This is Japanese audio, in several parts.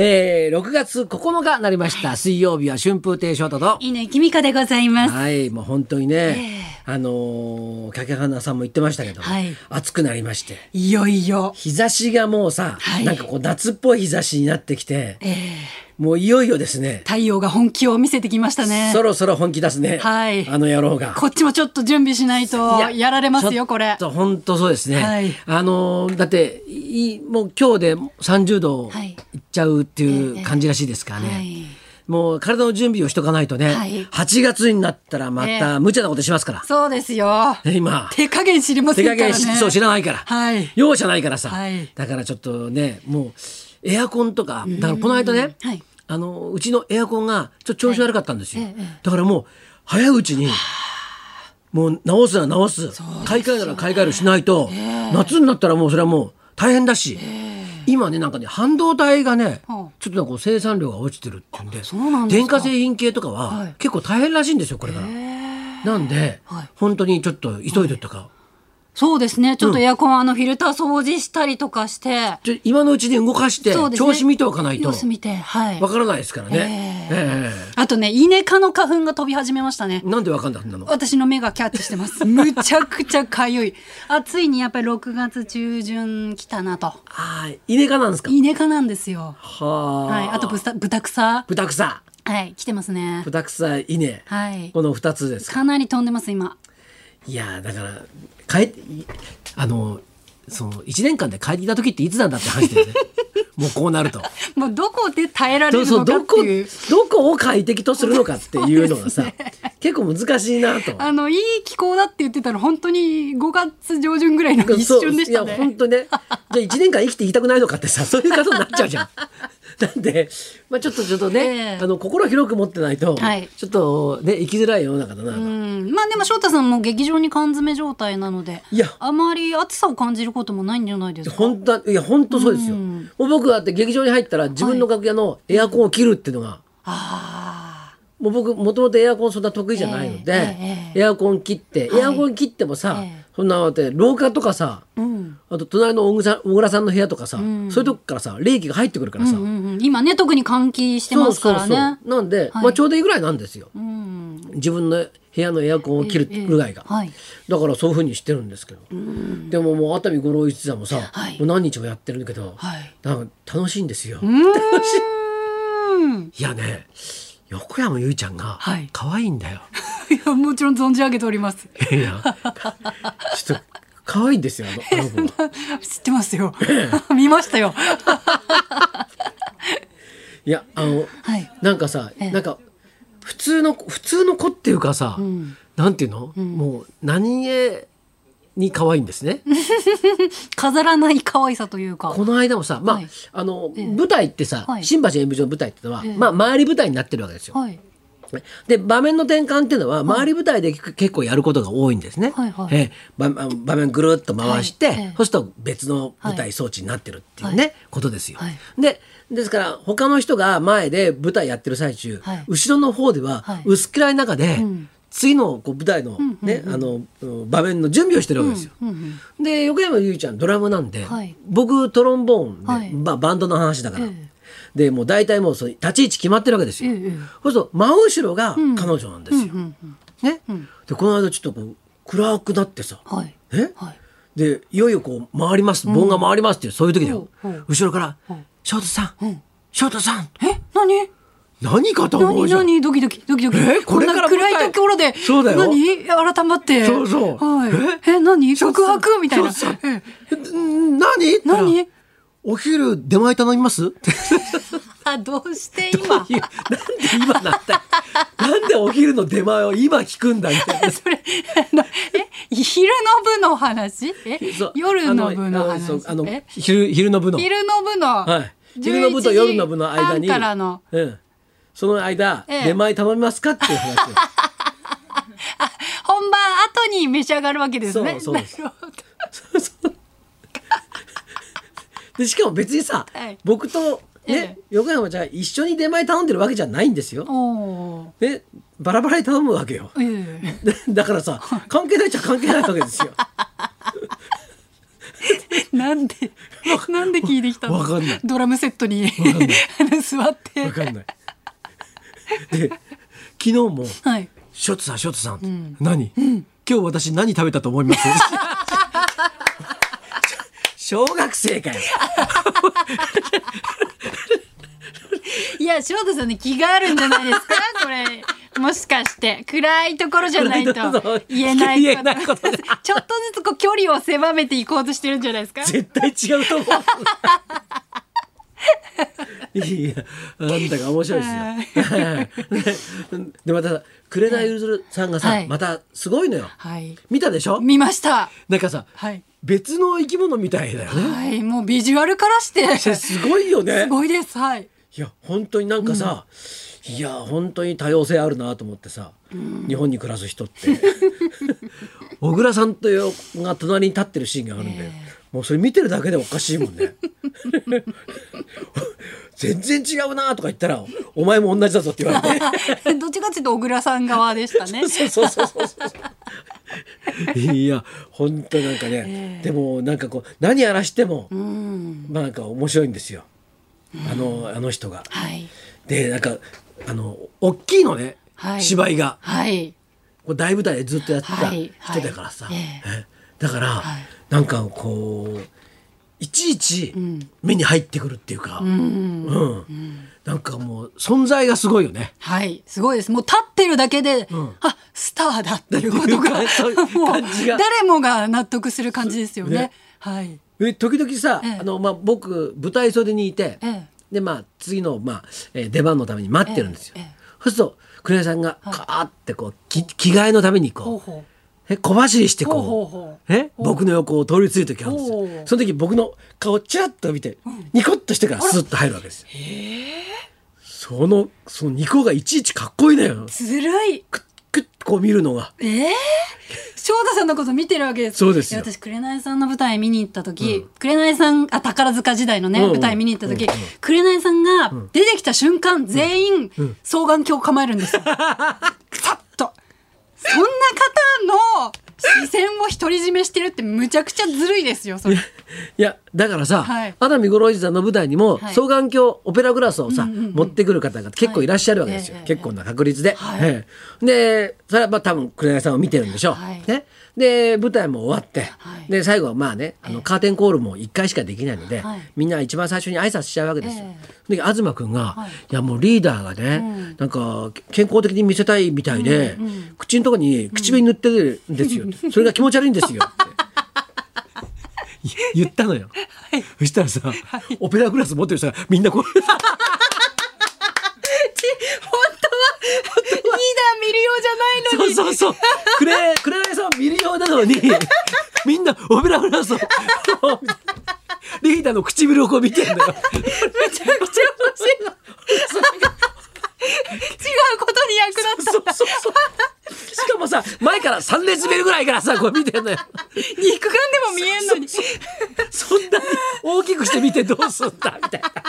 えー、6月9日になりました、水曜日は春風亭昇太と犬きみかでございます。はいもう本当にね、あのー、竹花さんも言ってましたけど、はい暑くなりましていよいよ。日差しがもうさ、はいなんかこう夏っぽい日差しになってきてえー、もういよいよですね太陽が本気を見せてきましたねそ。ろそろ本気出すね、はいあの野郎が。こっちもちょっと準備しないといややられますよこれちょ。っと本当そうですね。はいあのーだっていもう今日で30度はいいっちゃうっていえうえ感じらしいですからね。はいもう体の準備をしとかないとね、はい8月になったらまえた無茶なことしますから、そうですよ。ね今手加減知りませ手んか加らね。減し、そう知らないから、はい容赦ないからさ、はいだからちょっとねもうエアコンとかだからこの間ね、はいあのうちのエアコンがちょっと調子悪かったんですよ、ええええだからもう早いうちにもう直すなら直す買い替えなら買い替えるしないと、夏になったらもうそれはもう大変だし、今ねなんかね半導体がね、はあちょっとなんかこう生産量が落ちてるっていうんでそうなんです電か化製品系とかははい結構大変らしいんですよこれから。なんで、はい本当にちょっと急いでとか、そうですね。ちょっとエアコン、あのフィルター掃除したりとかして。ちょ今のうちに動かして、そうですね調子見ておかないと様わ子見て。はい。からないですからね。ええあとねイネ科の花粉が飛び始めましたねえ。なんでわかんなくなるの私の目がキャッチしてます。むちゃくちゃかゆい。あついにやっぱり6月中旬来たなと。ああ、イネ科なんですかイネ科なんですよ。はあ、はい、あと豚豚草。豚草、はい、来てますね。豚草、イネ。はい。この二つですか。かなり飛んでます、今。いやー、だから、帰って、いあの、その、一年間で帰ってきた時っていつなんだって話だよ ね。もうこうなると。もうどこで耐えられそうるそう、のかどってこいう。、どこを快適とするのかっていうのがさ、 そう結構難しいなと。あのいい気候だって言ってたら本当に5月上旬ぐらいの一瞬でしたそういやね本。当ね。じゃあ一年間生きていたくないのかって さ、そういうことになっちゃうじゃん。なんで、まあちょっとちょっとね、ええあの心を広く持ってないと、はいちょっとね生きづらい世の中だな。うん、まあでも翔太さんも劇場に缶詰状態なのでいやあまり暑さを感じることもないんじゃないですか本当はいや本当そうですよ。うんもう僕だって劇場に入ったら自分の楽屋のエアコンを切るっていうのが、あもう僕もともとエアコンそんな得意じゃないので、ええええエアコン切って、はいエアコン切ってもさ、ええそんなだって廊下とかさ。あうんあと隣の小倉さん小倉さんの部屋とかさ、んそういうとこからさ冷気が入ってくるからさ、うんうんうん、今ね特に換気してますからねそうそうそうなんで、はいまあちょうどいいぐらいなんですよ。うん自分の部屋のエアコンを切るぐらいが。はいだからそういうふうにしてるんですけど。でももう熱海五郎一座もさ、はいもう何日もやってるけど、はいなんか楽しいんですよ。ういー んやね、横山由依ちゃんがはい可愛いんだよ。 いやもちろん存じ上げております。い、や、ちょっと可愛いんですよ。あ のあの子は知ってま すよ。見ましたよ。いや、あの、はい。なんかさ、ええなんか普通の普通の子っていうかさ、んなんていうの、もう何気に可愛いんですね。飾らない可愛さというか。この間もさ、まあ、はいあの、ええ舞台ってさ、はい新橋演舞場の舞台ってのは、ええまあ、周り舞台になってるわけですよ。はい。で、場面の転換っていうのは、周り舞台で結結構やることが多いんですね。はいはいええば場面ぐるっと回して、はいええそうすると別の舞は台い装置になってるっていうね、ことですよ。はいで、ですから、他の人が前で舞台やってる最中、はい後ろの方でははい薄暗い中で、うん次のこう舞台のね、あのうん場面の準備をしてるわけですよ。うんうんで横山由依ちゃんドラムなんで、はい僕トロンボーンで、はいまあ、バンドの話だから、えでもう大体もうその立ち位置決まってるわけですよ、ええええそうすると真後ろが彼女なんですよ、うんうんうんね、でこの間ちょっとこう暗くなってさ、はい。えはい。でいよいよこう回ります盆が回りますっていう、そういう時だよ、ほうほう後ろからほう「翔太さん、ん翔太さんえ、何。何かと思う何、じゃん」何、ドキドキ、ドキドキ。えこれからんな暗いところで。そうだよ何、改まって。そうそうはい。ええ、何、翔告太さん白みたいな。翔太さんええん何って言ったら何。お昼出前頼みます?」ってあ、どうしてなん今。で今なったよ なんでお昼の出前を今聞くんだみたいな。それ、あのえ、昼の部の話。えそう、夜の部のあそう話。あのえ昼昼の部の。昼の部の、はい。昼11の部と夜の部の間に。時半からのうん。その間、ええ出前頼みますかっていう話 を。本番後に召し上がるわけですね。そうそうですなるほどそうそうでしかも別にさ、はい僕とね、ええ横山ちゃんが一緒に出前頼んでるわけじゃないんですよ。 おーね、バラバラに頼むわけよ。ええ でだからさ関係ないっちゃ関係ないわけですよ。 なんでなんで聞いてきたのわかんないドラムセットにかんないあの 座ってわかんない。で、昨日も、はいショッツさん、ショッツさん、何、今日私何食べたと思います 小学生かよ。いや翔太さんに気があるんじゃないです かこれもしかして暗いところじゃないと暗いところ言えない言えないことちょっとずつこう距離を狭めていこうとしてるんじゃないですか絶対違うと思う。いや、なんだか面白いですよ。でで、また、紅ゆずるさんがさ、はいまたすごいのよ。はい見たでしょ見ましたなんかさ、はい別の生き物みたいだよ ね。はいもうビジュアルからして すすごいよね。ごいですはいいや本当になんかさ、いや本当に多様性あるなと思ってさ、日本に暮らす人って 小倉さんとよが隣に立ってるシーンがあるんだよ、もうそれ見てるだけでおかしいもんね 全然違うなとか言ったら「お前も同じだぞ」って言われて どっちかっていうと小倉さん側でした ねそうそうそうそうそ ういや本当なんかね、でもなんかこう何やらしても、うんまあなんか面白いんですよあのあの人が。はいでなんかあの大きいのね、はい芝居がはいこう大舞台でずっとやってたはいはい人だからさ、ええだから、いなんかこういちいちん目に入ってくるっていうか、ううんんなんかもう存在がすごいよね。はい、すごいです。もう立ってるだけで、んあ、スターだっていうことが、っていうかそういうもう感じが誰もが納得する感じですよね。ねはい。え時々さ、ええあのまあ、僕舞台袖にいて、ええでまあ、次の、まあえー出番のために待ってるんですよ。ええええそうすると紅さんがカーってこう、き着替えのためにこうほうほえ小走りしてこうほうほうほえ僕の横を通り過ぎる時あるんですほうよその時僕の顔をチラッと見て、ニコッとしてからスッと入るわけですよそのそのニコがいちいちかっこいいのよう。ずるい。クックッとこう見るのがええ翔太さんのこと見てるわけです。そうですよいや私、紅さんの舞台見に行った時、紅さん、あ、宝塚時代のね、うんうん舞台見に行った時、うんうん紅さんが出てきた瞬間、全員、双眼鏡を構えるん ですよ。さっと。そんな方の視線を独り占めしてるってむちゃくちゃずるいですよ、それ。いやだからさ、はい熱海五郎一座の舞台にもはい双眼鏡オペラグラスをさ、うんうんうん持ってくる方が結構いらっしゃるわけですよ、はいええ結構な確率で、はいええでそれはまあ多分紅さんを見てるんでしょう、はいね、で舞台も終わって、はいで最後はまあねあのカーテンコールも1回しかできないので、はいみんな一番最初に挨拶しちゃうわけですよ。でえ東君が、はいい、やもうリーダーがね、うんなんか健康的に見せたいみたいで、うんうん口のとこに口紅塗ってるんですよ、 それが気持ち悪いんですよって。言ったのよ、そしたらさ、オペラグラス持ってる人がみんなこうち本当はリーダー見るようじゃないのそうにそうそうクレクレナイさん見るような のにみんなオペラグラスをリーダーの唇をこう見てるんだよめちゃくちゃ面白い違うことに役立ったそうそうそうしかもさ前から3列目ぐらいからさこう見てるのよ肉眼でも見えんのにリそんなに大きくして見てどうすんだみたいなー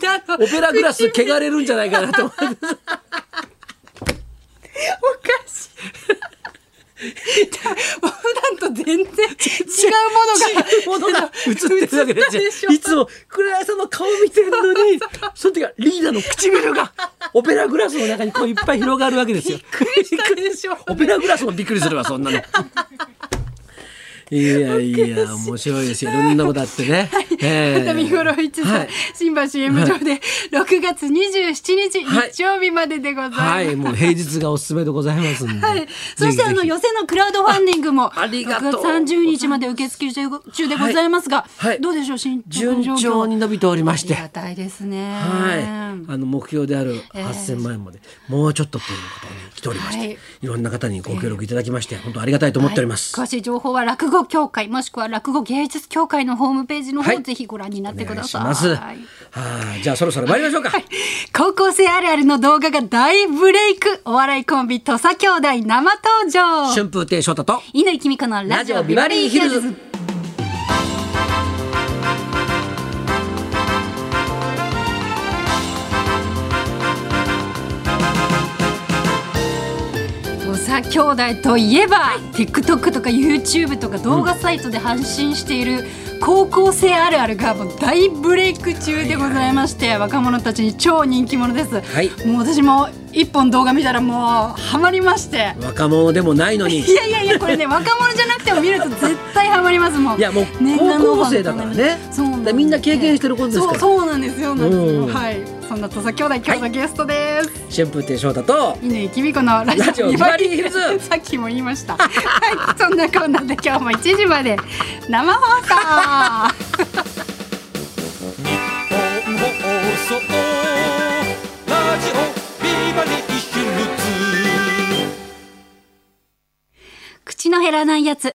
ダーのオペラグラス汚れるんじゃないかなと思っておかしい。普段と全然違うも違うもののがが映ってるだけで映ったでしょいつも黒柳さんの顔見てるのにその時はリーダーの唇がオペラグラスの中にこういっぱい広がるわけですよ。したでしょ オペラグラスもびっくりするわそんなの。いやいや面白いですよいろんなことあってね。ええ熱海五郎一座、はい新橋 M 上で6月27日、はい日曜日まででございます。はいもう平日がおすすめでございますんで。はい、そしてあぜひぜのひ予選のクラウドファンディングもあありがとう6月30日まで受付中でございますが、はいはいどうでしょう進捗状順況調に伸びておりまあしりて。がたいですね。はい、あの目標である8000万円まで、もうちょっとということに来ておりまして、はい、いろんな方にご協力いただきまして、本当ありがたいと思っております。はい詳しい情報は落語協会もしくは落語芸術協会のホームページの方、はいぜひご覧になっておく願だいしさい。ます。ははいい、じゃあそろそろ参りましょうか。高校生あるあるの動画が大ブレイクお笑いコンビ土佐兄弟生登場春風亭昇太と乾きみかのラジオビバリーヒルズ土佐さあ兄弟といえば、TikTok とか YouTube とか動画サイトで発信している高校生あるあるがもう大ブレイク中でございまして、若者たちに超人気者です、はいもう私も一本動画見たらもうハマりまして若者でもないのにいやいやいやこれね若者じゃなくても見ると絶対ハマりますもんいやもうね高校生だからねそうだからみんな経験してることですからそうそうなんですよなんですようんはいそんな土佐兄弟今日のゲストです、春風亭昇太とねきびこのララジジオオビビババリリーーヒヒルルズズ さっきも言いましたはいそんなこんなんで今日も1時まで生放送本放送ラジオビバリーヒルズ」 口の減らないやつ